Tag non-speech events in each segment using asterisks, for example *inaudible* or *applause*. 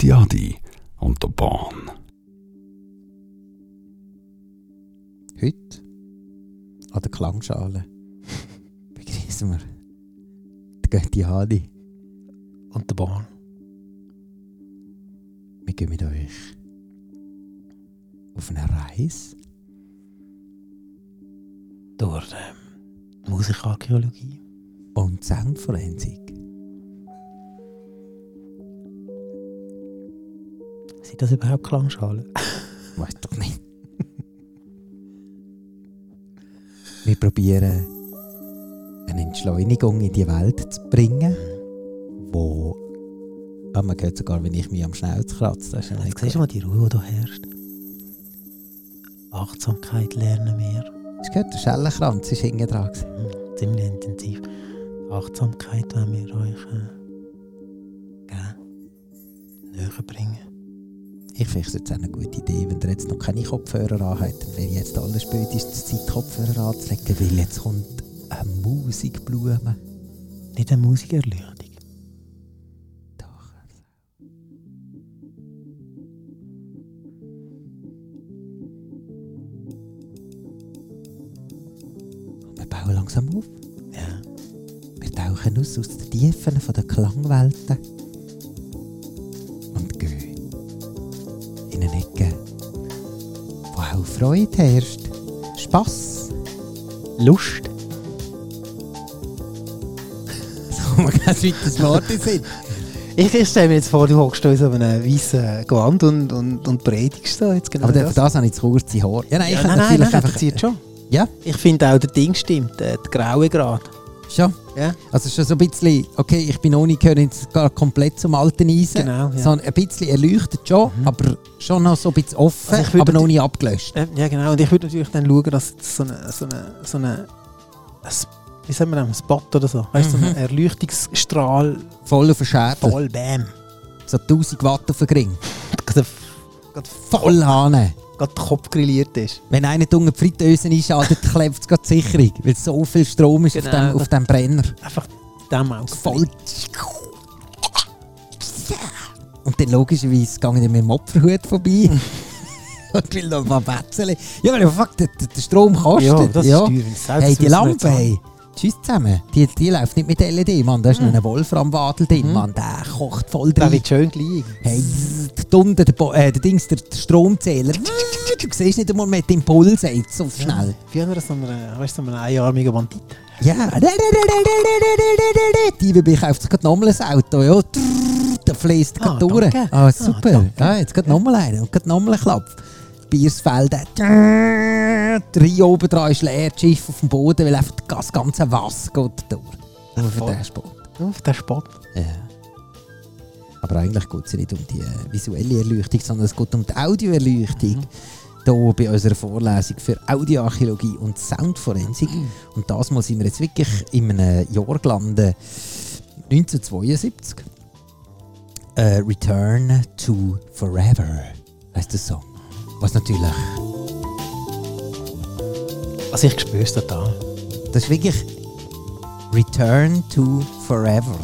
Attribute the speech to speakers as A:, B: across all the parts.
A: die Adi und der Bahn.
B: Heute an der Klangschale *laughs* begrüßen wir die Götti Hadi.
C: und der Bahn.
B: Wir gehen mit euch auf eine Reise.
C: Durch ähm, Musikarchäologie.
B: und Soundforensik.
C: Sind das überhaupt Klangschalen?
B: Weiß doch nicht. Wir probieren eine Entschleunigung in die Welt zu bringen, wo ah, man hört sogar, wenn ich mich am Schnauz kratze. Das ist ja
C: Jetzt
B: nicht
C: siehst du
B: gut.
C: mal die Ruhe, die hier herrscht. Achtsamkeit lernen wir.
B: Hast du gehört? Der Schellenkranz war hinten dran. gewesen.
C: Mhm. Ziemlich intensiv. Achtsamkeit wollen wir euch äh, gell, näher bringen.
B: Ich finde es jetzt auch eine gute Idee, wenn ihr jetzt noch keine Kopfhörer anhabt, dann wäre jetzt alles spätestens Zeit, Kopfhörer anzulegen, weil jetzt kommt eine Musikblume.
C: Nicht eine Musikerladung.
B: Doch. Und wir bauen langsam auf.
C: Ja.
B: Wir tauchen aus, aus den Tiefen von der Klangwelten und gehen in eine Ecke, wo auch Freude herrscht, Spass.
C: Lust.
B: *laughs* So, man kann es weiter Wort in den Sinn.
C: Ich, ich stelle mir jetzt vor, du hockst uns auf einem weißen Gewand und, und, und predigst da jetzt genau
B: Aber
C: das.
B: für das habe ich zu kurze Haare. Ja, nein, ich
C: ja,
B: kann
C: nein, nein, nein,
B: natürlich
C: das
B: einfach...
C: interessiert schon.
B: Ja,
C: Ich finde auch, der Ding stimmt, äh, der graue Grad.
B: schon.
C: Ja.
B: Also schon so ein bisschen, okay, ich bin ohne gehöre jetzt gar komplett zum alten Eisen.
C: Genau, ja.
B: So ein bisschen erleuchtet schon,
C: Mhm.
B: aber schon noch so ein bisschen offen,
C: Also ich würde
B: aber noch
C: die-
B: nicht abgelöscht.
C: Ähm, Ja, genau. Und ich würde natürlich dann schauen, dass es so eine, so eine, so eine ein S- wie sagen wir das, ein Spot oder so, weißt du, so
B: Mhm.
C: ein Erleuchtungsstrahl,
B: Voll auf den Schädel.
C: voll bam. *laughs*
B: So 1000 Watt auf den Ring.
C: Gerade
B: Voll Hane.
C: gerade der Kopf grilliert ist.
B: Wenn einer die unter die Fritteuse einschaltet, *laughs* klebt es gerade die Sicherung, weil so viel Strom ist
C: Genau,
B: auf, dem,
C: das-
B: auf dem Brenner.
C: Einfach dem Auge.
B: Voll. Und dann logischerweise gehe ich mit dem Opferhut
C: *laughs*
B: vorbei. Und will noch mal wetzeln. Ja, weil fuck, der, der der Strom kostet.
C: Ja, das
B: ja.
C: ist teuer. Das Selbst
B: Hey, die
C: müssen wir
B: Lampe,
C: jetzt haben.
B: hey. Tschüss zusammen. Die, die läuft nicht mit LED, Mann. Da ist
C: Mhm.
B: noch ein Wolframwadel drin, Mann. Der kocht voll
C: Der
B: drin.
C: wird schön gleich.
B: Hey, zzz, die Tunde, der, Bo- äh, der Dings, der der Stromzähler. Du siehst nicht einmal mit Impuls ey, so schnell.
C: Früher war so ein, weißt du, so ein einarmiger Bandit.
B: Ja. Die Baby kauft sich gerade nochmal ein Auto, ja. Der fließt
C: Ah,
B: gerade durch.
C: danke.
B: Ah, super.
C: danke.
B: Ah, jetzt gerade nochmal einen und gerade nochmal einen Klapp. Biersfeld, äh, drei oben dran ist leer, die Schiff auf dem Boden, weil einfach das ganze Wasser geht durch. Nur für
C: Voll.
B: den Sport.
C: Auf den Spot.
B: Ja. Aber eigentlich geht es ja nicht um die äh, visuelle Erleuchtung, sondern es geht um die Audioerleuchtung. Hier bei unserer Vorlesung für Audioarchäologie und Soundforensik. Und das mal sind wir jetzt wirklich in einem Jahr gelandet, 1972. Äh, Return to Forever heißt der Song. Was natürlich,
C: Also ich spüre es total.
B: das ist wirklich Return to Forever.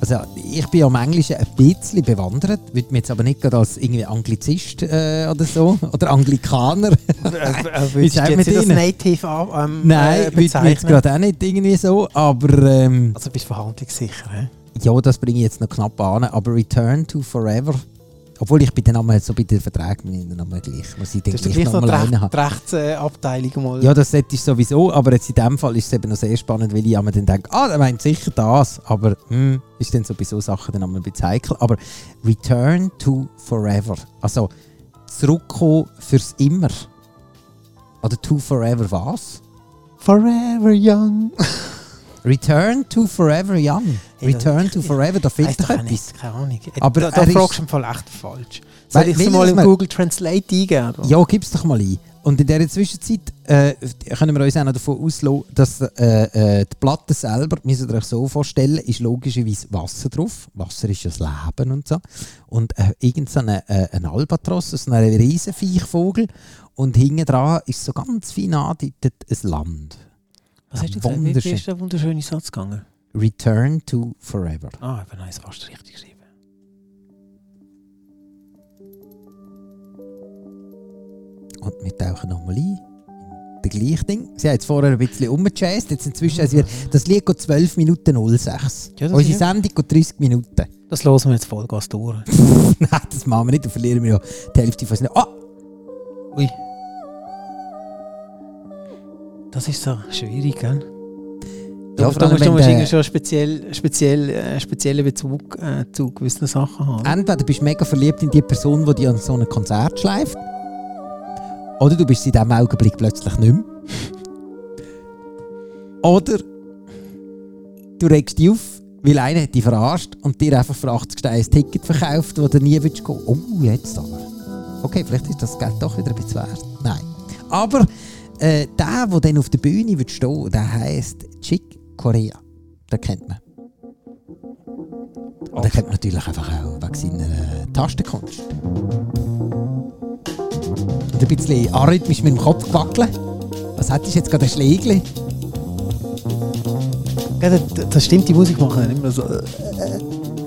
B: Also ich bin am Englischen ein bisschen bewandert, würde mich jetzt aber nicht gerade als irgendwie Anglizist äh, oder so, *laughs*
C: *laughs*
B: oder
C: Äh,
B: Anglikaner
C: Wie
B: sagt man
C: Also, jetzt nicht als
B: denen?
C: Native an- ähm,
B: Nein,
C: äh,
B: ich würde mich jetzt
C: bezeichnen?
B: gerade auch nicht irgendwie so, aber ähm,
C: Also bist du verhandlungssicher, hä?
B: ja, das bringe ich jetzt noch knapp an. Aber Return to Forever, obwohl ich bei den Namen, so bei den Verträgen bin ich den Namen gleich, muss ich den
C: Du hast doch
B: gleich
C: gleich noch
B: nochmal
C: die
B: einen
C: Recht-
B: haben.
C: die Rechtsabteilung mal.
B: Ja, das sollte ich sowieso, aber jetzt in dem Fall ist es eben noch sehr spannend, weil ich einmal dann denke, ah, der meint sicher das, aber hm, ist dann sowieso Sachen dann einmal ein bisschen heikel. Aber Return to Forever, also zurückkommen fürs Immer. Oder to Forever was?
C: Forever Young.
B: Return to Forever Young.
C: Hey, das-
B: Return to
C: ich-
B: Forever, da fehlt
C: Weiss
B: doch
C: doch auch
B: etwas.
C: nicht, keine Ahnung.
B: Aber
C: Aber da,
B: er
C: da
B: ist-
C: fragst du im Fall echt falsch. Soll
B: Weil-
C: ich
B: weil
C: es mal
B: es
C: im
B: mir-
C: Google Translate eingeben? oder?
B: Ja, gib's doch mal ein. Und in dieser Zwischenzeit äh, können wir uns auch noch davon auslösen, dass äh, äh, die Platte selber, müsst ihr euch so vorstellen, ist logischerweise Wasser drauf. Wasser ist ja das Leben und so. Und äh, irgend so ein, äh, ein Albatros, so ein riesen Viechvogel. Und hinten dran ist so ganz fein angedeutet ein Land.
C: Was hast du gesagt? Wie- Wie
B: Wunderschön.
C: ist der wunderschöne Satz gegangen?
B: Return to Forever.
C: Ah, eben, nein, ist fast richtig geschrieben.
B: Und wir tauchen nochmal ein. Der gleiche Ding. Sie haben jetzt vorher ein bisschen umgechased. Jetzt inzwischen haben wir. Das Lied geht 12 Minuten 06.
C: Ja, das
B: Unsere
C: ist ja-
B: Sendung geht 30 Minuten. *laughs*
C: Das hören wir jetzt Vollgas durch.
B: Nein, das machen wir nicht. Dann verlieren wir ja die Hälfte von uns. Ah!
C: Ui. Das ist so schwierig, gell?
B: Ja,
C: Ja,
B: vor
C: da
B: allem,
C: musst du
B: wenn
C: musst
B: der-
C: irgendwie schon speziell, speziell, äh, speziellen Bezug äh, zu gewissen Sachen haben.
B: Entweder bist du mega verliebt in die Person, die dich an so einem Konzert schleift. Oder du bist in diesem Augenblick plötzlich nicht mehr. Oder du regst dich auf, weil einer hat dich verarscht und dir einfach für 80 Steine ein Ticket verkauft, wo du nie willst gehen. Oh, jetzt aber. Okay, vielleicht ist das Geld doch wieder ein bisschen wert. Nein. Aber äh, der, der dann auf der Bühne wird stehen, der heisst Chick Korea. Den kennt man. Und den kennt man natürlich einfach auch wegen seiner äh, Tastenkunst. Und ein bisschen arrhythmisch mit dem Kopf wackeln. Was hättest du jetzt gerade ein Schlägli?
C: Gell, das, das stimmt, die Musik machen immer so. äh,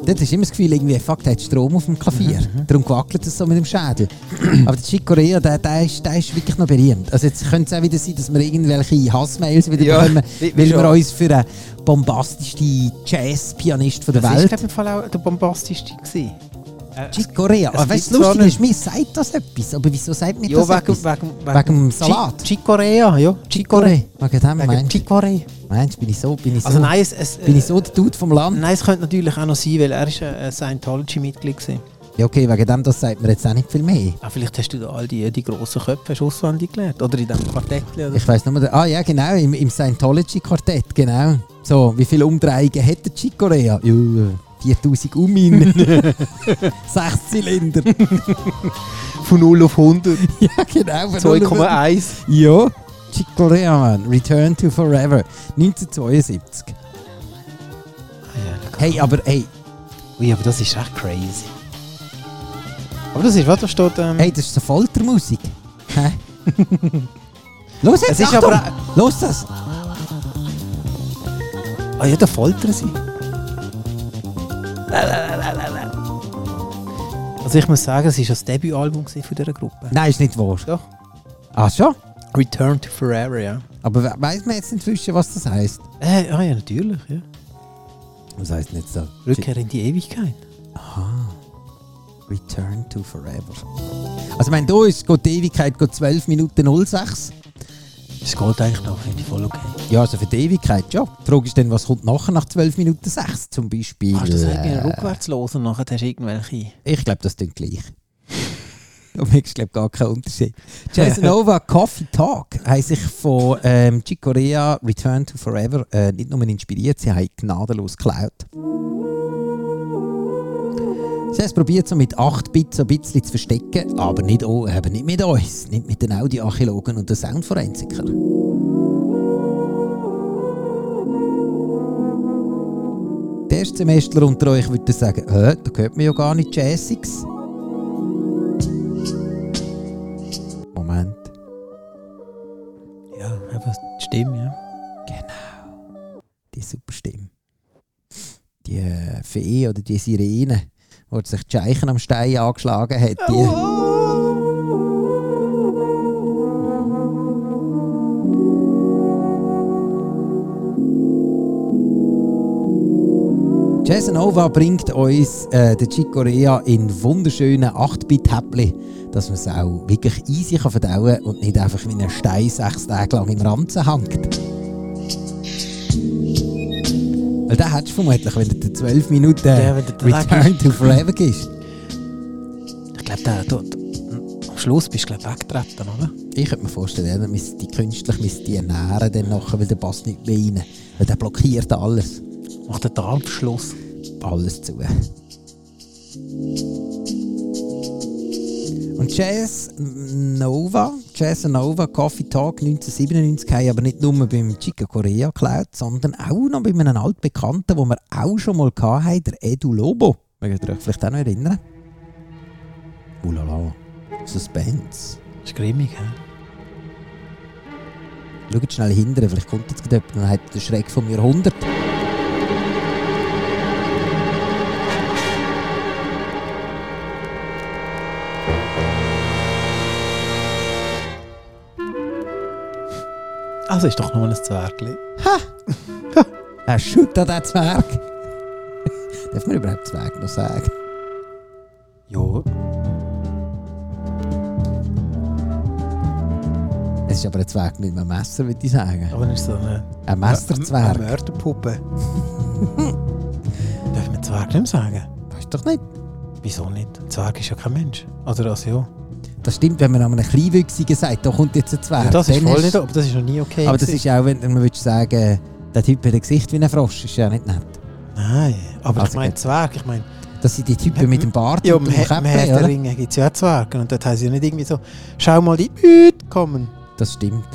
B: Dort hast du immer das Gefühl, irgendwie, fuck, der hat Strom auf dem Klavier.
C: Mhm,
B: Darum wackelt es so mit dem Schädel. *clears throat* Aber der Chick Corea, der, der, ist, der ist wirklich noch berühmt. Also jetzt könnte es auch wieder sein, dass wir irgendwelche Hassmails wieder
C: Ja,
B: bekommen,
C: wie- wie
B: weil
C: schon.
B: wir uns für einen bombastischen Jazz-Pianist von der
C: Das ist,
B: Welt...
C: glaub ich, im Fall auch der bombastischste. gewesen.
B: Chick Corea.
C: es
B: Aber weißt du,
C: gibt zwar
B: lustig ist, mir sagt das etwas. Aber wieso sagt mir
C: Ja,
B: das
C: wegen,
B: etwas?
C: wegen,
B: Wegen dem Salat.
C: Chi- Chicorea, ja. Chicorea.
B: Chicorea. Okay, das haben wir
C: Wegen
B: gemeint.
C: Chicorea.
B: Meinst du, bin ich so, bin ich so,
C: Also nein, es, es,
B: bin
C: äh,
B: ich so der Dude vom Land?
C: nein, es könnte natürlich auch noch sein, weil er ist ein äh, Scientology-Mitglied gewesen.
B: Ja, okay, wegen dem, das sagt mir jetzt auch nicht viel mehr.
C: Ah, vielleicht hast du da all die, die grossen Köpfe hast du auswendig gelernt. Oder in diesem Quartett. Oder?
B: Ich weiss nur, der- ah ja, genau, im, im Scientology-Quartett, genau. So, wie viele Umdrehungen hat der Chicorea? Ja, äh,
C: *laughs*
B: 4000 Umin. Sechs Zylinder.
C: *laughs* Von 0 auf 100.
B: *laughs* ja, genau. von
C: 2,1.
B: Ja, Chicorea, man. Return to Forever. 1972.
C: Ah,
B: Hey, aber hey,
C: Ui, aber das ist echt crazy. Aber das ist, was da steht. Ähm,
B: hey, das ist so Foltermusik. Hä? *laughs* Los jetzt,
C: Es ist
B: Achtung!
C: aber
B: Los das!
C: Ah ja, der Folter sein. Also ich muss sagen, es war das Debütalbum gewesen von dieser Gruppe.
B: Nein, ist nicht wahr.
C: Doch.
B: Ah, schon?
C: Return to Forever, ja.
B: Aber we weiss man jetzt inzwischen, was das heisst?
C: Äh, ah ja, natürlich, ja.
B: Was heisst nicht so?
C: Rückkehr in die Ewigkeit.
B: Aha. Return to Forever. Also, ich meine, da ist geht die Ewigkeit geht 12 Minuten 06.
C: Das geht eigentlich noch, finde ich voll okay.
B: Ja, also für die Ewigkeit, ja. Die Frage ist dann, was kommt nachher nach 12 Minuten 6 zum Beispiel?
C: Kannst du das irgendwie
B: Äh,
C: rückwärts hören, nachher hast du irgendwelche...
B: Ich glaube, das klingt gleich. *laughs* Da merkst du, glaube gar keinen Unterschied. Jason Nova Coffee Talk haben sich von ähm, Chicorea Return to Forever äh, nicht nur inspiriert, sie haben gnadenlos geklaut. Sie haben es probiert, so mit 8 Bit so ein bisschen zu verstecken, aber nicht, o- eben nicht mit uns, nicht mit den Audioarchäologen und den Soundforensikern. Der Erstsemestler unter euch würde sagen, äh, da hört man ja gar nicht Jazzix. Moment.
C: Ja, eben, die Stimme, ja.
B: die super Stimme. Die äh, Fee oder die Sirene, wo sich die Scheichen am Stein angeschlagen hat. Die. Jason Nova bringt uns äh, den Chicorea in wunderschönen 8-Bit-Häppchen, dass man es auch wirklich easy kann verdauen kann und nicht einfach wie ein Stein sechs Tage lang im Ranzen hängt. Weil den hättest du vermutlich, wenn du dir 12 Minuten
C: Ja, wenn du den
B: Return to Forever gibst.
C: Ich glaube, der dort... Am Schluss bist du, glaube ich, weggetreten, oder?
B: Ich könnte mir vorstellen, ja, müssen die künstlich müssen die ernähren dann nachher, weil der passt nicht mehr rein. Weil der blockiert alles.
C: Macht den Darmschluss.
B: alles zu. Und Jazz Nova, Jazz Nova Coffee Talk 1997 haben aber nicht nur beim Chica Korea geklaut, sondern auch noch bei einem altbekannten, den wir auch schon mal hatten, der Edu Lobo. Mögt ihr euch vielleicht auch noch erinnern? Ulala, Suspense.
C: Das ist grimmig, hä?
B: Schaut schnell hinterher, vielleicht kommt jetzt gerade jemand und hat den Schreck vom Jahrhundert.
C: Also ist doch nur ein Zwergli.
B: Er schüttet an den Zwerg. *laughs* Darf man überhaupt Zwerg noch sagen?
C: Ja.
B: Es ist aber ein Zwerg mit einem Messer, würde ich sagen.
C: Aber dann ist so eine, eine
B: Ein Messerzwerg.
C: Mörderpuppe. *laughs* Darf man Zwerg nicht mehr sagen?
B: Weißt doch nicht.
C: Wieso nicht? Ein Zwerg ist ja kein Mensch. Also das ja.
B: Das stimmt, wenn man an einem Kleinwüchsigen sagt, da kommt jetzt ein Zwerg.
C: ja das Äh, ist
B: dann
C: voll nicht, aber das ist noch nie okay.
B: Aber das
C: gewesen.
B: ist auch, wenn man würde sagen, der Typ hat ein Gesicht wie ein Frosch, ist ja nicht nett.
C: Nein, aber
B: Also
C: ich meine
B: gut.
C: Zwerg, ich meine...
B: Das sind die Typen
C: Mhm.
B: mit dem Bart
C: Ja,
B: und
C: im
B: dem
C: Herr im
B: Käppchen,
C: Herr der
B: oder?
C: Ringe gibt es ja auch Zwerge. Und dort haben sie ja nicht irgendwie so, schau mal, die Büte kommen.
B: Das stimmt.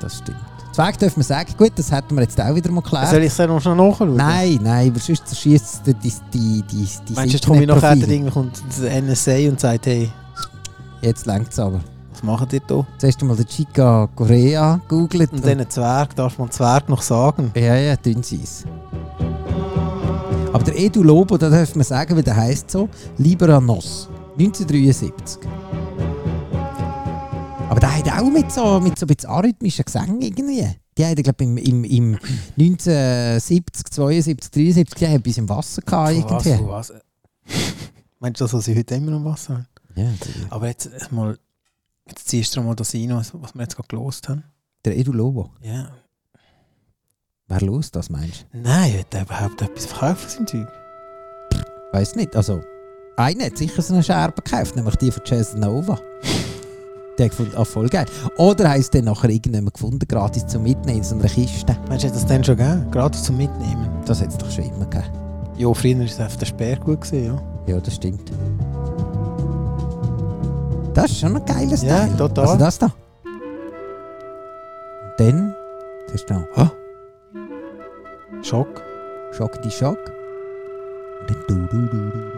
B: Das stimmt. Zwerg dürfen wir sagen, gut, das hätten wir jetzt auch wieder mal
C: Soll
B: geklärt.
C: ich es dann noch schnell nachschauen?
B: Nein, nein, aber sonst zerschießt die, die, die, die, die
C: Meinst du, jetzt komme ich nachher
B: Internetprofile.
C: irgendwie kommt der NSA und sagt, hey,
B: Jetzt längt es aber.
C: was machen die da?
B: Zuerst mal den Chica Korea googelt.
C: Und diesen Zwerg, darf man Zwerg noch sagen?
B: Ja, ja, dünn sie es. Aber der Edu Lobo, da darf man sagen, weil der heisst so, Libera Nos, 1973. Aber der hat auch mit so, mit so ein bisschen arrhythmischen Gesängen irgendwie. Die haben, glaube ich, im, im, im 1970, 72, 73, die haben etwas im Wasser
C: Ah,
B: gehabt irgendwie.
C: Von was? von was? *laughs* Meinst du, das, was sie heute immer noch was haben?
B: Ja,
C: Aber jetzt mal, jetzt ziehst du mal das ein, was was wir jetzt gerade gelost haben.
B: der Edu Lobo.
C: Ja.
B: Wer los das, meinst
C: Nein, hat er überhaupt etwas verkauft von seinem Zeug?
B: du? Weiß nicht, also... Einer hat sicher so eine Scherbe gekauft, nämlich die von Jason Nova. Der hat gefunden, ah, voll geil. Oder heisst den nachher irgendjemand gefunden, gratis zum Mitnehmen in so einer Kiste.
C: Meinst du, hat das dann schon gegeben? Gratis zum Mitnehmen.
B: Das hat es doch schon immer gegeben.
C: Ja, früher war es auf der Speer gut, gewesen, ja.
B: Ja, das stimmt. Das ist schon ein geiles
C: Ja,
B: Teil.
C: total.
B: Also das da. Und dann, das ist noch
C: Hä? Schock.
B: Schock die Schock. Und dann du, du, du, du.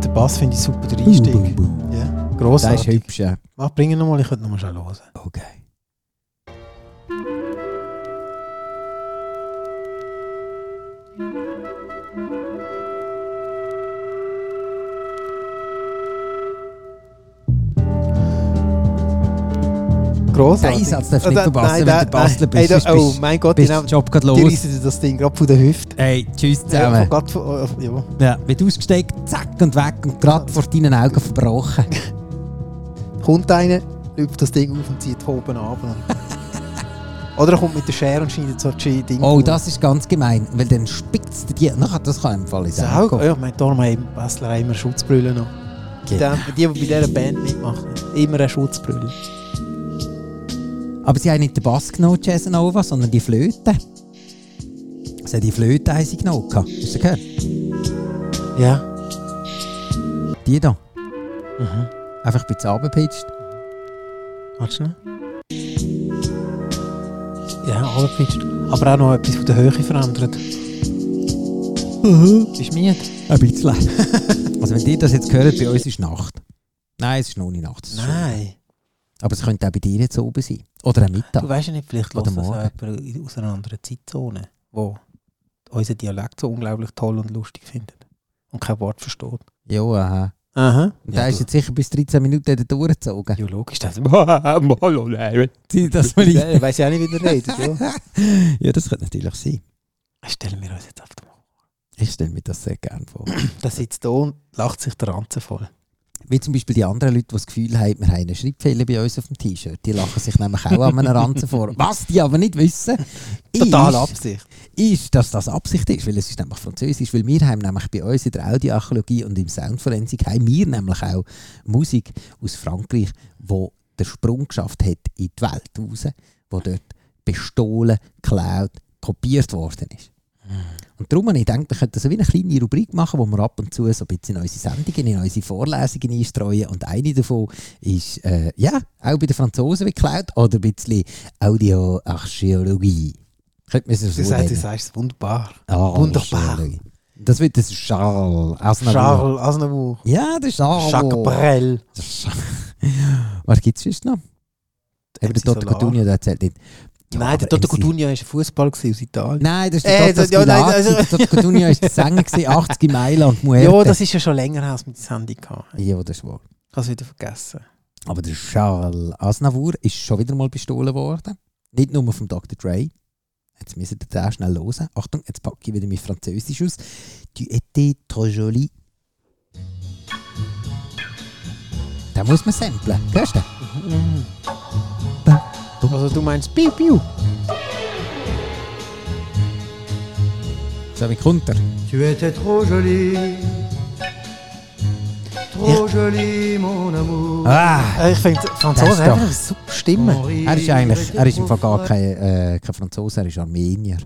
C: Den Bass finde ich super, der
B: du. Bum,
C: Einstieg.
B: bum, bum.
C: Ja,
B: Das ist
C: grossartig.
B: hübsch, ja.
C: Mach, bring ihn nochmal, ich könnte nochmal schnell hören.
B: Okay.
C: Grossartig.
B: Den Einsatz darfst du
C: Äh,
B: nicht
C: da-
B: verpassen, nein, wenn
C: da-
B: du Bastler
C: nein.
B: bist.
C: Ey,
B: Sonst
C: da- oh
B: bist-
C: mein Gott,
B: Bist
C: genau,
B: den Job gerade
C: die
B: los.
C: reissen dir das Ding gerade von der Hüfte.
B: Hey, tschüss
C: Ja,
B: zusammen.
C: von grad von- äh, ja.
B: Ja, wird ausgesteckt, zack und weg und gerade vor deinen Augen verbrochen.
C: Kommt einer, lüpft das Ding auf und zieht von oben ab. *laughs* Oder er kommt mit der Schere und schneidet so die Ding
B: Oh,
C: durch.
B: das ist ganz gemein, weil dann spitzt du die. Nachher, das kann im Fall ins
C: Das ist auch,
B: Auge.
C: oh ja, ich meine, darum haben die Basler auch immer Schutzbrille noch.
B: gehen.
C: Die, die bei dieser Band mitmachen, immer eine Schutzbrille.
B: Aber sie haben nicht den Bass genommen, Jason Nova, sondern die Flöte. Sie haben die Flöte haben sie genommen. gehabt. Hast du gehört?
C: Ja.
B: Die da.
C: Mhm.
B: Einfach ein bisschen runtergepitcht.
C: Warte schnell. Ja, runtergepitcht. Aber auch noch etwas von der Höhe verändert. Bist du müde?
B: Ein bisschen. *laughs* also wenn ihr das jetzt hört, bei uns ist Nacht. Nein, es ist noch nicht Nacht. es ist schon-
C: Nein.
B: Aber es könnte auch bei dir jetzt oben sein. Oder am
C: Du
B: Mittag.
C: weißt ja nicht, vielleicht
B: Oder
C: hört das auch
B: morgen.
C: jemand aus einer anderen Zeitzone, wo unseren Dialekt so unglaublich toll und lustig findet. Und kein Wort versteht.
B: Jo, aha.
C: Aha.
B: Und
C: ja,
B: der ist jetzt sicher bis 13 Minuten durchgezogen.
C: ja, logisch.
B: *laughs*
C: Das Weiß
B: Die, dass wir nicht-
C: ja auch nicht, wie der redet. Ja.
B: *laughs* ja, das könnte natürlich sein.
C: Stellen wir uns jetzt auf den Mund.
B: Ich stelle mir das sehr gerne vor.
C: Der sitzt da und lacht sich der Ranzen voll.
B: Wie zum Beispiel die anderen Leute, die das Gefühl haben, wir haben einen Schreibfehler bei uns auf dem T-Shirt. Die lachen sich nämlich auch an einem Ranzen vor. Was die aber nicht wissen, ist,
C: Total Absicht.
B: ist, dass das Absicht ist, weil es ist nämlich französisch. Weil wir haben nämlich bei uns in der Audioarchäologie und im Soundforensik haben wir nämlich auch Musik aus Frankreich, wo der Sprung geschafft hat in die Welt raus, wo dort bestohlen, geklaut, kopiert worden ist. Und darum habe ich gedacht, wir könnten so wie eine kleine Rubrik machen, wo wir ab und zu so ein bisschen in unsere Sendungen, in unsere Vorlesungen einstreuen. Und eine davon ist, äh, ja, auch bei den Franzosen wie geklaut oder ein bisschen Audioarchäologie. Könnte man es so
C: Du sagst, du
B: nennen.
C: sagst es wunderbar.
B: Ah,
C: Wunderbar.
B: Charles. Das wird das Charles Aznavour.
C: Charles Aznavour.
B: Ja, der Charles.
C: Jacques Brel.
B: Der Cha- *laughs* Was gibt es sonst noch? Eben der
C: MC
B: Toto
C: Solar.
B: Cotugno, der zählt nicht. Ja,
C: Nein, der
B: aber
C: Toto
B: MC
C: Cotugno war ein Fußballer aus Italien.
B: Nein, das ist
C: Äh,
B: der Toto
C: das- ja, nein,
B: Schillaci.
C: also-
B: Der Toto Cotugno war der Sänger,
C: *laughs*
B: gewesen, 80 Meilen und Muerte.
C: ja, das ist ja schon länger her, als wir das Handy hatten.
B: Ja, das war.
C: Ich habe es wieder vergessen.
B: Aber der Charles Aznavour ist schon wieder mal bestohlen worden. Nicht nur vom Dr. Dre. Jetzt müssen wir den schnell hören. Achtung, jetzt packe ich wieder mein Französisch aus. Du étais trop jolie. Da muss man samplen. Hörst du?
C: Also du meinst Piu Piu.
B: So wie kommt er.
D: Tu étais trop jolie, trop jolie, mon amour.
B: Ah,
C: Äh, Ich finde,
B: Das
C: Franzosen
B: ist
C: haben
B: doch- Oh.
C: eine super Stimme.
B: er ist eigentlich, er ist im Fall gar kein, äh, kein Franzose, er ist Armenier.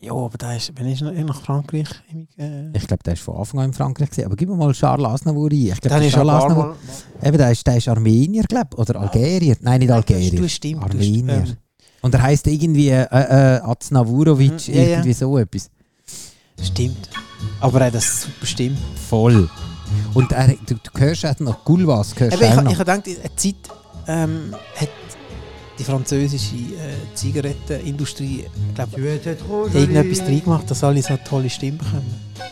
C: Ja, aber da ist, wenn ich nach- nach Frankreich... Äh,
B: Ich glaube, der ist von Anfang an in Frankreich gewesen. Aber gib mir mal Charles Aznavour ein. Ich glaube,
C: dann
B: der
C: ist er ein
B: Charles
C: paar
B: Aznavour.
C: Mal... Ah.
B: Eben, der ist, der ist Armenier, glaube ich. Oder Algerier. Nein, nicht Algerier.
C: Du ähm, stimmst.
B: Armenier. Und er heißt irgendwie äh, äh, Aznavourowitsch,
C: Mhm, ja, ja.
B: irgendwie so etwas.
C: Stimmt. Aber er hat eine super Stimme.
B: Voll. Und er, du, du hörst auch noch Gulwas, hörst
C: Eben, ich,
B: du auch
C: ich
B: noch.
C: habe gedacht, eine Zeit ähm, hat die französische äh, Zigarettenindustrie glaub,
D: Tu étais trop
C: irgendetwas drin
D: jolie,
C: gemacht, dass alle so eine tolle Stimme bekommen.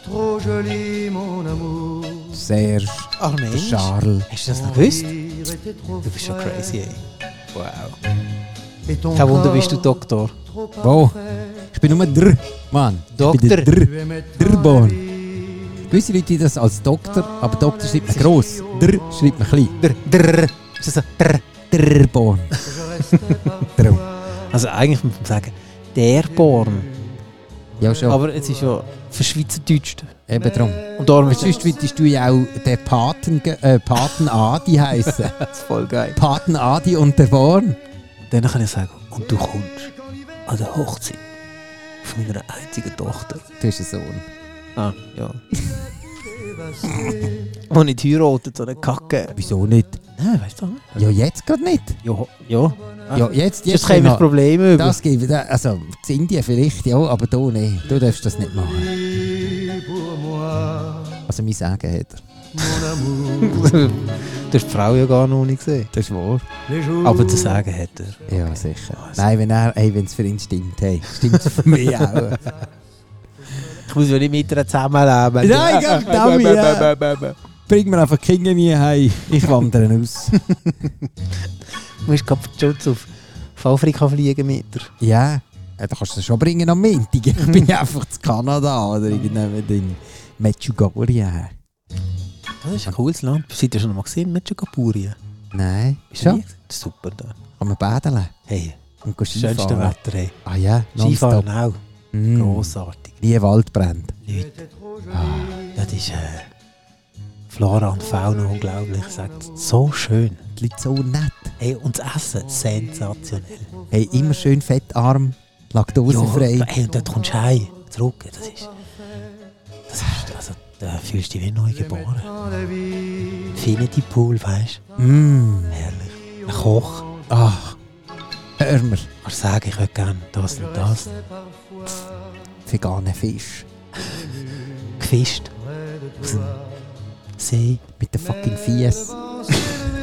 D: trop jolie, mon amour.
B: Serge, der
C: Armenisch? Hast
B: Charles.
C: du das noch
D: Ton
C: gewusst?
D: rire était trop
C: Du bist schon
D: frais,
C: crazy, ey. Wow.
D: et ton
C: Kein Wunder, bist du
D: corps
C: Doktor.
D: trop
B: Wow.
D: parfait.
B: Ich bin nur Dr. Mann. Ich bin der
C: Doktor.
B: Dr.
D: Tu aimais ta
B: Drborn.
D: vie.
B: Gewisse Leute sehen das als Doktor, aber Doktor schreibt man gross. Dr. schreibt man klein.
C: Drr, drr. Ist das so? Drr.
B: Drborn.
D: Je restais
B: Drum.
D: parfois
C: Also eigentlich muss man sagen, der Born.
B: Ja, schon.
C: Aber es ist ja verschweizerdeutscht.
B: Eben drum.
C: Und darum ist
B: Sonst würdest du ja auch den Paten, ge- äh, Paten Adi *laughs* heißen.
C: es voll geil.
B: Paten Adi und der Born.
C: Dann kann ich sagen, und du kommst an der Hochzeit von meiner einzigen Tochter.
B: Du bist ein Sohn.
C: Ah, ja. *laughs* Wo nicht heiratet, so eine Kacke.
B: Wieso nicht?
C: Nein, weißt du nicht?
B: Ja, jetzt gerade nicht.
C: Ja. ja.
B: Ja,
C: Jetzt
B: jetzt, Ah. jetzt
C: käme ich
B: noch-
C: Probleme über.
B: Das gebe ich, da- also in Indien vielleicht, ja, aber da nicht. Du darfst das nicht machen.
D: pour moi,
B: Also mein Sagen hat er.
D: mon amour.
C: du hast die Frau ja gar noch nicht gesehen.
B: Das ist wahr.
D: Les jours
C: Aber zu sagen hat er. Ah,
B: Ja, sicher. Nein, wenn er, hey, wenn es für ihn stimmt, hey, stimmt es für mich auch.
C: Ich muss ja nicht mit ihr zusammenleben.
B: Nein, gell, Tommy, ja. Bring mir einfach die Kinder nie heim. Ich wandere aus.
C: Du musst gerade stolz auf auf Afrika fliegen mit ihr.
B: *laughs* ja, ja, da kannst du es schon bringen am Montag. Ich *laughs* bin ja einfach zu Kanada oder irgendeinem Ding. Medjugorje.
C: Das ist ein cooles Land. Seid ihr schon mal gesehen? Medjugorje.
B: Nein,
C: Bist du
B: schon.
C: nie? Das ist Super da.
B: Kann man baden
C: Hey,
B: und gehen
C: schönste
B: Skifahren.
C: Wetter, ey.
B: Ah ja,
C: Skifahren
B: nonstop.
C: auch.
B: Mm,
C: Grossartig.
B: nie Wald brennt.
C: Leute. Das ist äh, Flora und Fauna unglaublich. Sagt so schön.
B: Die Leute so nett.
C: Hey, und das Essen sensationell.
B: Hey, immer schön fettarm, laktosefrei.
C: Ja, hey, und dort kommst du heim, zurück. Das ist, das ist also, da fühlst du dich wie neu geboren.
D: dans la vie,
C: Infinity Pool, weißt
B: Mm. Ah,
C: du? Herrlich. Ein Koch.
B: Ach, hör mir,
C: Kannst du sagen, ich hätte gerne das und das.
D: parfois
B: veganer Fisch.
C: Gefischt.
D: près de
C: Aus dem
D: toi.
C: See.
B: Mit den fucking Fies.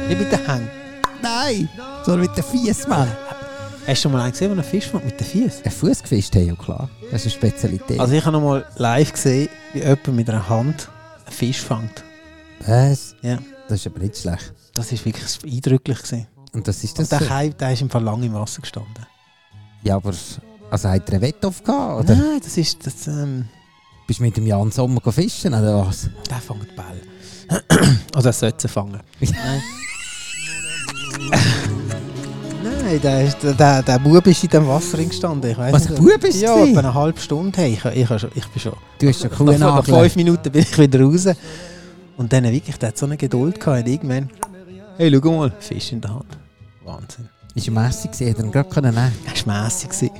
C: Nicht mit den Händen.
B: Nein, sondern mit den Fies, Mann.
C: Hast du schon mal einen gesehen, der einen Fisch fängt mit den Füßen?
B: Ein Fuß gefischt, hey, ja klar. Das ist eine Spezialität.
C: Also ich habe noch mal live gesehen, wie jemand mit einer Hand einen Fisch fängt.
B: Was?
C: Ja.
B: Das ist aber nicht schlecht.
C: Das war wirklich eindrücklich. Gewesen.
B: Und das ist das.
C: Und der Kai, der ist im Fall lang im Wasser gestanden.
B: ja, aber. Also hat er einen Wettkampf gehabt? Oder
C: Nein, das ist, das, ähm,
B: bist du mit dem Jan Sommer go fischen oder was?
C: der fängt Ball. *clears throat* also er sollte sie fangen. Nein. Nein, der, ist, der, der Bub ist in dem Wasser gestanden. Ich weiss
B: *laughs* Was,
C: nicht,
B: ein Bub ist
C: Ja,
B: gewesen?
C: etwa eine halbe Stunde. Hey, ich, ich, hab schon- ich bin schon...
B: Du hast schon
C: Nach,
B: cool
C: nach
B: angelegt.
C: Also, fünf Minuten bin ich wieder raus. Und dann wirklich, der hat so eine Geduld gehabt. Und irgendwann, hey, schau mal, Fisch in der Hand. Wahnsinn.
B: Ist er mässig gewesen, hätte er ihn gerade können nehmen.
C: Das war mässig.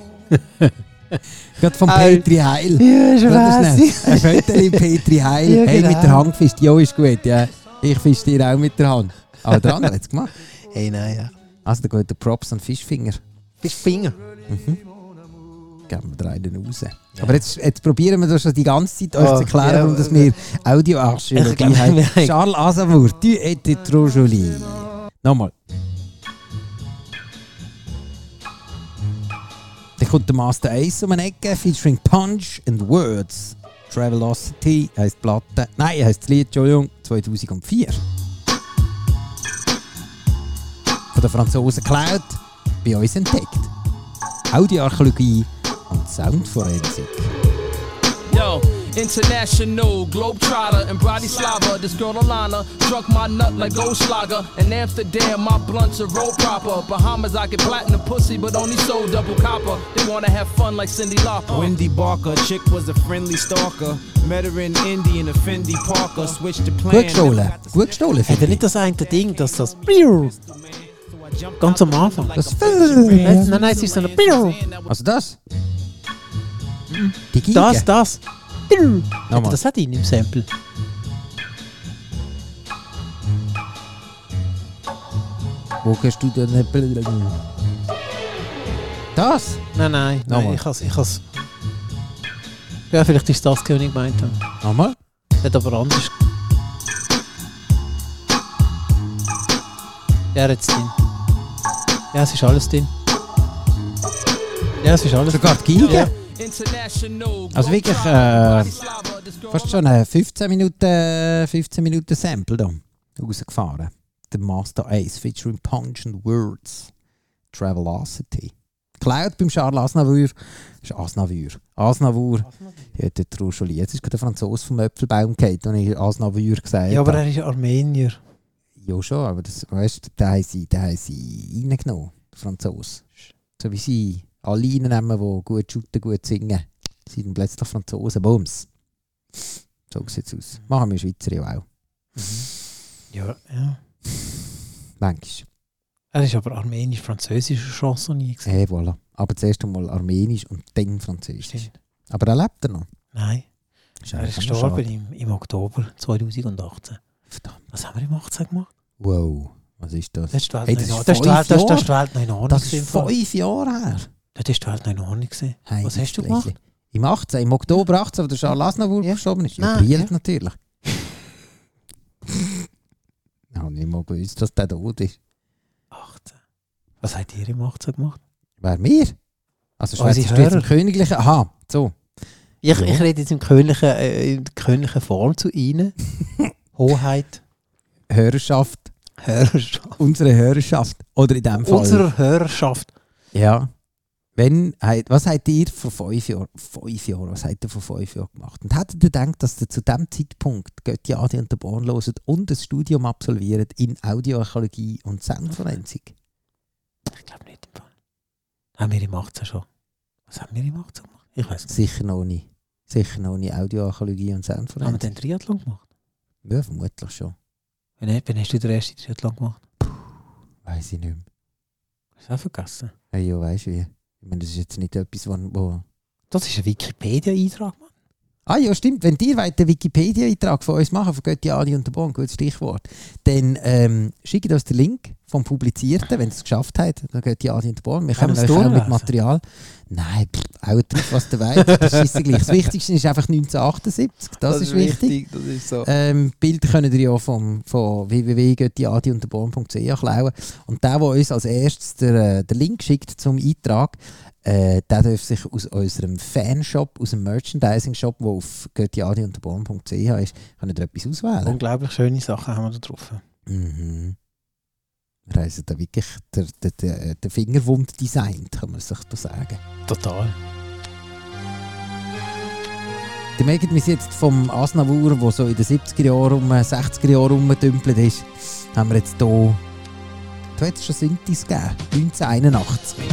B: Gerade vom
C: Ei.
B: Petri Heil.
C: Ja, das
B: Ein Viertel im Petri Heil.
C: Ja,
B: Hey,
C: genau.
B: mit der Hand gefischt. Ja, ist gut. Ja. Ich fisch dir auch mit der Hand. Aber der andere hat es gemacht.
C: Hey, nein, ja.
B: Also, da geht der Props an Fischfinger.
C: Fischfinger.
B: Geben wir dir einen raus. Aber jetzt, jetzt probieren wir das schon die ganze Zeit euch
C: Oh,
B: zu erklären,
C: ja.
B: warum dass wir
C: Ich glaub,
B: Audioarchäologie haben.
C: wir haben-
B: Charles Aznavour, tu étais trop jolie. Nochmal. Dann kommt der Master Ace um eine Ecke, featuring Punch and Words. Travelocity heisst die Platte. Nein, heisst das Lied, Entschuldigung, 2004. von den Franzosen geklaut, bei uns entdeckt. Audioarchäologie und Soundforensik.
E: Yo, international globetrotter and Bratislava. This girl Alana struck my nut like Goldschlager. In Amsterdam, my blunts are roll proper. Bahamas, I get platinum pussy, but only sold double copper. They wanna have fun like Cindy Lauper.
F: Wendy Barker, chick was a friendly stalker. Met her in Indy in a Fendi Parker. Switched to plan.
B: Gut gestohlen. Gut gestohlen,
C: Hat er
B: finde ich.
C: nicht das eine Ding, dass das Biu, ganz am Anfang?
B: Das
C: Nein, nein, nein, es ist so ein Biu.
B: Also das? Die Giga.
C: Das, das. Biu. Hat er
B: Nochmal.
C: Das hat ihn im Sample.
B: Wo kannst du denn... Das?
C: Nein, nein, nein
B: Nochmal.
C: ich has, ich has. Ja, vielleicht ist das König gemeint. habe.
B: Nochmal.
C: Hat aber anders. Ja, jetzt drin. Ja, es ist alles drin. Ja, es ist alles
B: Sogar die Giga.
C: Ja.
E: International
B: Also wirklich,
E: globetrotter,
B: äh,
E: Bratislava. This girl
B: Fast schon ein 15 Minuten, 15 Minuten Sample da rausgefahren. Der Master Ace featuring Punch and Words. Travelocity. Geklaut beim Charles Asnavour. Das ist Asnavour. Asnavour. Ja, der Truscholi. Jetzt ist gerade der Franzose vom Äpfelbaum gefallen, und ich Asnavour gesagt
C: Ja, aber
B: habe.
C: er ist Armenier.
B: Ja, schon, aber das, weißt du, da haben sie, da haben sie reingenommen, der Franzose. So wie sie alle reinnehmen, die gut shooten, gut singen, sind dann plötzlich Franzosen. Bums. So sieht es
C: Mhm.
B: aus. Machen wir Schweizer ja auch.
C: Ja, ja. Also,
B: Manchmal.
C: Er ist aber armenisch-französischer Chanson nie gesehen.
B: Hey, voilà. Aber zuerst einmal Armenisch und dann Französisch.
C: Stimmt.
B: Aber er lebt er noch.
C: Nein,
B: Ist
C: er ist
B: eigentlich auch noch
C: gestorben
B: schade.
C: im, im Oktober 2018.
B: Verdammt.
C: Was haben wir im 18 gemacht?
B: Wow. Was ist das?
C: Das ist die Welt
B: Hey,
C: noch in
B: das
C: Ordnung.
B: ist
C: Das ist die Welt- das- das ist
B: fünf Jahre.
C: die Welt noch in Ordnung.
B: Das ist
C: gewesen, Fall.
B: fünf Jahre her.
C: Das ist die Welt noch in Ordnung. gewesen.
B: Hey,
C: Was hast du
B: Blechle.
C: gemacht?
B: Im 18, im Oktober 18, wo der Charles Aznavour
C: Ja.
B: gestorben ist.
C: Nein,
B: Ja, brillant
C: ja.
B: natürlich. *laughs* Ich habe nicht mal gewusst, dass der tot ist.
C: 18. Was habt ihr im 18 gemacht?
B: Wer mir? Also
C: Unsere
B: Schweizer Stütz
C: Hörer.
B: im Königlichen. Aha, so.
C: Ich,
B: Ja.
C: ich rede jetzt in königlichen, äh, in königlichen Form zu Ihnen. *laughs* Hoheit,
B: Hörerschaft.
C: Hörerschaft.
B: Unsere Hörerschaft. Oder in dem Fall.
C: Unserer Hörerschaft.
B: Ja. Wenn, hei- was habt ihr vor fünf Jahren, fünf Jahren, was habt ihr vor fünf Jahren gemacht? Und hättet ihr gedacht, dass ihr zu dem Zeitpunkt Götti Adi und der Born loset und ein Studium absolviert in Audioarchäologie und Soundforensik?
C: Ich glaube nicht im Fall. Haben wir im 18 schon? Was haben wir im 18 gemacht? Ich weiß nicht.
B: Sicher noch nicht. Sicher noch nicht Audioarchäologie
C: Haben
B: und
C: wir
B: Soundforensik.
C: den Triathlon gemacht?
B: Ja, vermutlich schon.
C: Wann, wann hast du den ersten Triathlon gemacht?
B: Weiß ich nicht mehr.
C: Hast du auch vergessen?
B: Ja, ja weißt du wie. Ich meine, das ist jetzt nicht etwas, wo... wo
C: Das ist ein Wikipedia-Eintrag, Mann.
B: Ah ja, stimmt. Wenn ihr wollt, einen Wikipedia-Eintrag von uns machen, von Götti Adi und der Bon, gutes Stichwort, dann ähm, schickt uns den Link vom Publizierten, wenn ihr es geschafft habt, dann Götti Adi und der Bon. Wir
C: Kann
B: kommen
C: man's
B: euch auch mit
C: durchlesen?
B: Material. Nein, pff, auch drauf, was der weiß. Das ist gleich. Das Wichtigste ist einfach 1978. Das, ist wichtig.
C: das ist so.
B: Ähm, Bild könnt ihr ja vom, von www.göttiadiunterborn.ch klauen. Und der, der uns als erstes den, äh, den Link schickt zum Eintrag, äh, der darf sich aus unserem Fanshop, aus dem Merchandising-Shop, der auf göttiadiunterborn.ch ist, könnt ihr etwas auswählen.
C: Unglaublich schöne Sachen haben wir da drauf.
B: Mhm. Wir haben da wirklich den, den, den, den Fingerwund designt, äh, kann man sich da sagen.
C: Total.
B: Ihr merkt mich jetzt vom Asnavour, der so in den 70er Jahren, um 60er Jahren rumgedümpelt ist, haben wir jetzt hier. Da hat es schon Synthes gegeben, 1981.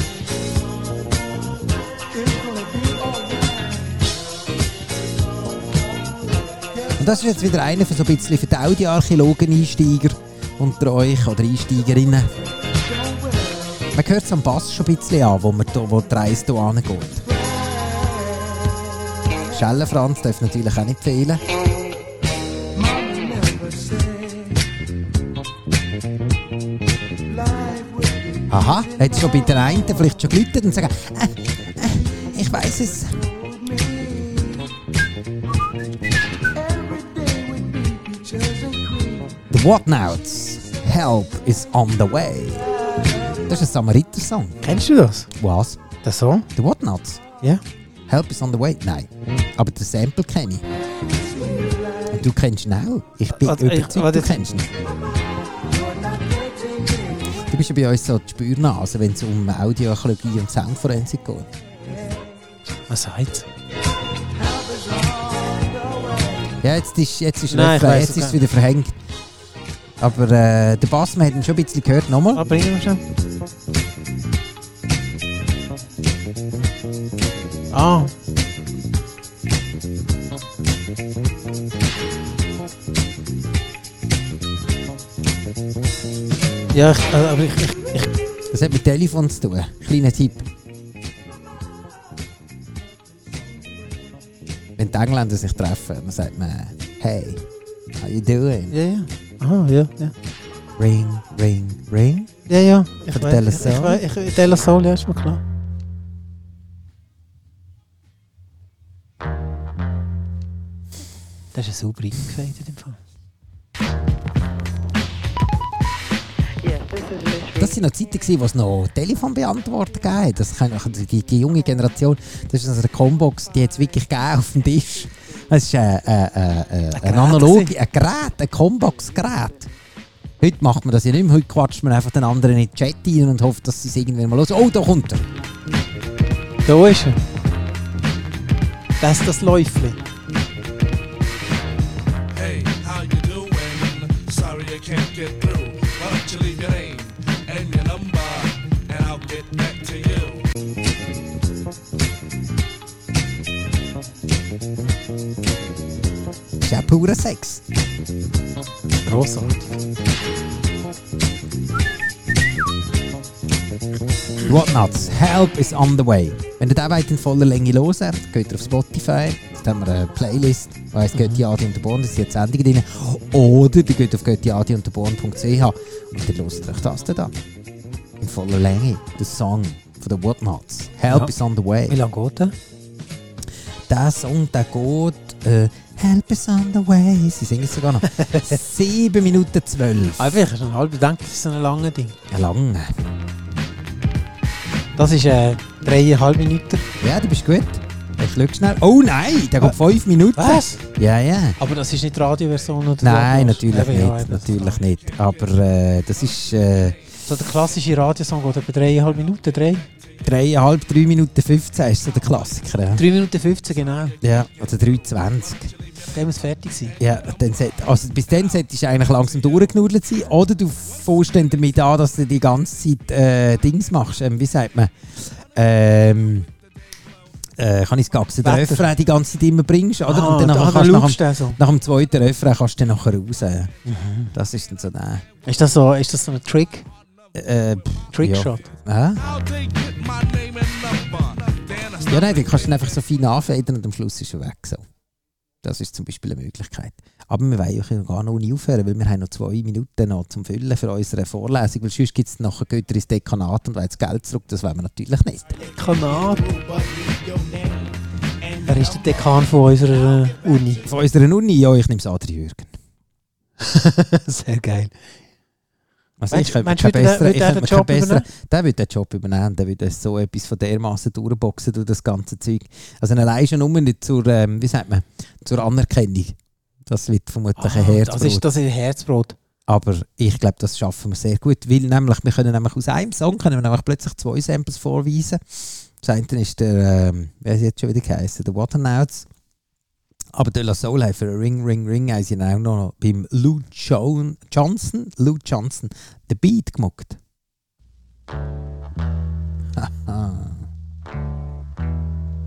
B: Und das ist jetzt wieder einer für so ein bisschen für die Audioarchäologen-Einsteiger unter euch oder Einsteigerinnen. Man hört es am Bass schon ein bisschen an, wo, man da, wo die Reise hier angeht. Schellenfranz darf natürlich auch nicht fehlen. Aha, jetzt schon bei der einen vielleicht schon geläutet und sagen, äh, äh, ich weiß es. The Whatnouts, Help is on the way. Das ist ein Samariter-Song.
C: Kennst du das?
B: Was?
C: Den Song?
B: The Whatnots?
C: Ja.
B: Help is on the way? Nein. Aber den Sample kenne ich. Und du kennst ihn auch. Ich bin
C: Warte, ich-
B: überzeugt,
C: warte.
B: du kennst ihn. Du bist ja bei uns so die Spürnase, wenn es um Audioarchäologie und Soundforensik geht.
C: Was sagt
B: Ja, jetzt ist, jetzt ist,
C: Nein,
B: Nein,
C: ich weiss
B: jetzt
C: es
B: ist
C: gar
B: es wieder verhängt. Aber äh, der Bassmann hat ihn schon ein bisschen gehört. Nochmal.
C: Ah, bringen wir schon. Ah. Ja, eh, ich, also, aber ich, ich,
B: Das hat mit Telefon zu tun. Kleiner Tipp. Wenn die Engländer sich treffen, dann sagt man Hey, how you doing?
C: ja, ja. Aha, ja, ja.
B: Ring, ring, ring.
C: Ja, ja. Ich
B: Von
C: weiß,
B: Della
C: ich,
B: Soul?
C: ich, weiß, ich, ich, Della Soul, ja, ist mir klar. Das ist ein sauber eingefädelt im Fall.
B: Das sind noch Zeiten, gewesen, wo es noch Telefonbeantworter gegeben hat. Das kann also die, die junge Generation, das ist also eine Combox, die hat es wirklich gegeben auf dem Tisch. Es ist ein, äh, äh, äh, ein,
C: Gerät
B: analoge, ein Gerät, ein Combox-Gerät. Heute macht man das ja nicht mehr. Heute quatscht man einfach den anderen in den Chat rein und hofft, dass sie es irgendwann mal los. Oh, da kommt er.
C: Da ist er. Das ist das Läufli.
G: Hey, how you doing? Sorry I can't get through. Why don't you leave your name and your number, and I'll get back to you.
B: Das ist ja purer Sex.
C: Grossartig.
B: Whatnots, Help is on the way. Wenn ihr den wollt in voller Länge hören geht ihr auf Spotify. Dort haben wir eine Playlist, die heisst «Götti, Adi und der Born», da sind jetzt Sendungen drin. Oder ihr geht auf göttiadiundderborn.ch und dann hört ihr euch das dann an. In voller Länge, der Song von den Whatnots. «Help
C: Ja.
B: is on the way».
C: Wie lange geht der?
B: Der Song, der geht äh, «Help is on the way». Sie singen es sogar noch. 7 Minuten 12.
C: Einfach, ich habe schon halb gedacht, das ist so Ah, ein langer Ding.
B: Ja, lang.
C: Das ist äh, dreieinhalb Minuten.
B: Ja, du bist gut. Ich schaue schnell. Oh nein, der geht 5 Minuten.
C: Was?
B: Ja, ja.
C: Aber das ist nicht die Radioversion oder
B: Nein,
C: so.
B: natürlich
C: Eben, ja,
B: nicht.
C: eben.
B: natürlich nicht. Aber äh, das ist äh,
C: So der klassische Radiosong geht etwa dreieinhalb Minuten, drei.
B: dreieinhalb, drei Minuten 15 ist so der Klassiker. Ja,
C: Drei Minuten 15, genau.
B: ja oder 3,20.
C: Dann muss fertig sein.
B: Ja, dann sollt, also bis dann solltest du eigentlich langsam durchgenudelt sein. Oder du fährst dann damit an, dass du die ganze Zeit äh, Dings machst. Ähm, wie sagt man? Ähm, äh, kann ich es gabsen? Den
C: Wetter.
B: Refrain die ganze Zeit immer bringst. Oder?
C: Ah,
B: Und dann nachher
C: ah,
B: kannst du nach,
C: schaust
B: dem-
C: du den so.
B: nach dem zweiten Refrain kannst du dann nachher raus. ja. Das ist dann so der
C: Ist das so, ist das so ein Trick?
B: äh, pff,
C: Trickshot?
B: Ja.
G: How they get my name and number? Then I
B: Ja,
G: start
B: nein, dann kannst du ihn einfach so fein anfedern und am Schluss ist er weg. So. Das ist zum Beispiel eine Möglichkeit. Aber wir wollen ja gar noch nie aufhören, weil wir haben noch zwei Minuten noch zum Füllen für unsere Vorlesung, weil sonst gibt es nachher Götter ins Dekanat und wollen das Geld zurück, das wollen wir natürlich nicht.
C: Kanat. Wer ist der Dekan von unserer äh,
B: *laughs*
C: Uni?
B: Von unserer Uni, ja, ich nehme es Adri Jürgen.
C: Sehr geil.
B: Also
C: Meinst-
B: ich könnte mir
C: meinst
B: keinen
C: du, würde der-
B: besseren,
C: würde
B: ich
C: der
B: könnte
C: den
B: mir keinen
C: Job
B: besseren, der würde den Job übernehmen, der würde so etwas von dermaßen durchboxen durch das ganze Zeug. Also ihn allein schon nur nicht zur, ähm, wie sagt man, zur Anerkennung. Das wird vermutlich ein Herzbrot.
C: Ah, das ist das ist ein Herzbrot.
B: Aber ich glaube, das schaffen wir sehr gut, weil nämlich, wir können nämlich aus einem Song können wir nämlich plötzlich zwei Samples vorweisen. Das eine ist der, ähm, wie hat jetzt schon wieder geheißen, der Waternauts. Aber De La Soul hat für Ring, Ring, Ring haben sie auch noch beim Lou Joan- Johnson, Lou Johnson, den Beat gemuckt. Haha.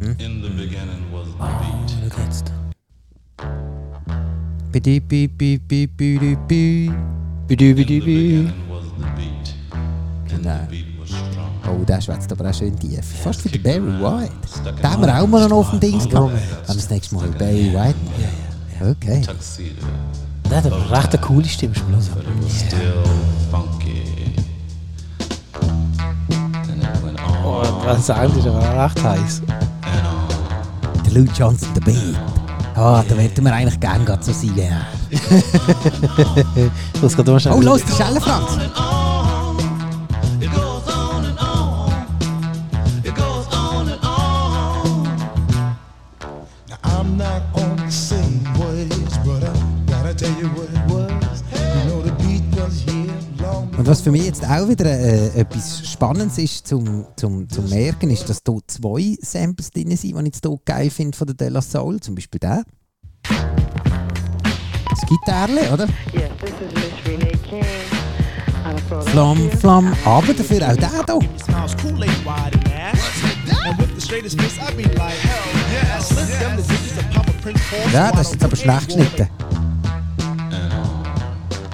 G: in the beginning was
B: Ah,
G: the beat.
C: Schau jetzt.
B: Bidi, bi, bi, bi, bi, di, bi.
C: Bidü,
G: In the
C: bidü, bidü.
G: beginning was the beat. And
B: Genau.
G: the beat was strong.
B: Oh, der schwätzt aber auch schön tief. Fast wie der Barry White.
G: Stuck in
B: Den haben wir auch mal noch auf dem Dings gehabt.
C: Warum?
B: Wenn wir das nächste Mal Barry White machen. Okay.
G: tuxedo.
C: Der hat aber eine recht eine coole Stimme. ist mir los.
G: But it was still funky. Then it went
C: Oh,
G: on
C: der Sound ist aber recht heiß.
G: and on.
B: Der Lou Johnson, der Beat. Ah, da werden wir eigentlich gerne gerade so sein. Ja.
C: Das geht immer schnell.
B: Oh, los, der Schelle, Franz.
D: I'm not on the same waves, but I gotta tell you what it was. You know the beat was here long
B: Und was für mich jetzt auch wieder äh, etwas Spannendes ist zum, zum, zum merken, ist, dass hier zwei Samples drin sind, die ich jetzt hier geil finde von der De La Soul. Zum Beispiel der. Das Gitarre, oder?
H: Yes, this is Miss Renee King. out of
B: Flam,
H: Philadelphia.
B: flam. Aber dafür auch der hier.
I: Smiles Kool-Aid wide and ass. And with the straightest face, I be like, hell yeah. Slip them the digits of Papa Prince Paul.
B: Ja, das ist jetzt aber schlecht geschnitten.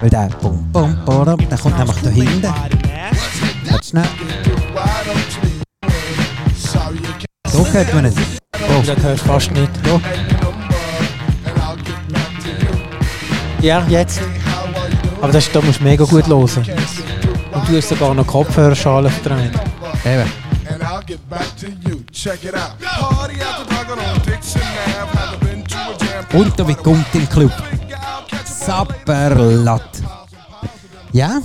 B: Weil der Bum, Bum, Bum, der kommt nämlich da hinten. Warte schnell. So hört man es.
C: Das Oh, hörst du fast nicht.
J: Doch.
C: Ja, jetzt. Aber das ist, da musst du mega gut hören. Und du hast sogar noch Kopfhörerschale verdrängt.
B: Eben.
G: And I'll get back to you. Check it out. Party out the duggan on Dixon Ave. Haven't been to a jam.
B: Und da kommt im Club. Sapperlatt. Ja?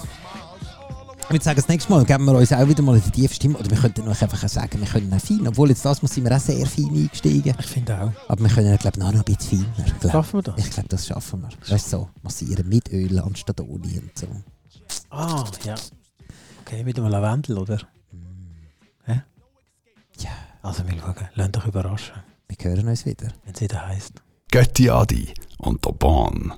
B: Ich würde sagen, das nächste Mal geben wir uns auch wieder mal die tiefe Stimme. Oder wir könnten euch einfach auch sagen, wir können auch fein. Obwohl, jetzt das Mal sind wir auch sehr fein eingestiegen.
C: Ich finde auch.
B: Aber wir können, glaube ich, noch ein bisschen feiner. Glaub.
C: Schaffen wir das?
B: Ich glaube, das schaffen wir. Weißt du, so massieren mit Öl anstatt ohne und so.
C: Ah, ja. Okay, mit dem Lavendel, oder? Hä?
B: Ja.
C: Mm. Also, wir schauen. Lasst euch überraschen,
B: Wir hören uns wieder.
C: wenn es wieder heisst.
A: Götti Adi und der Bahn.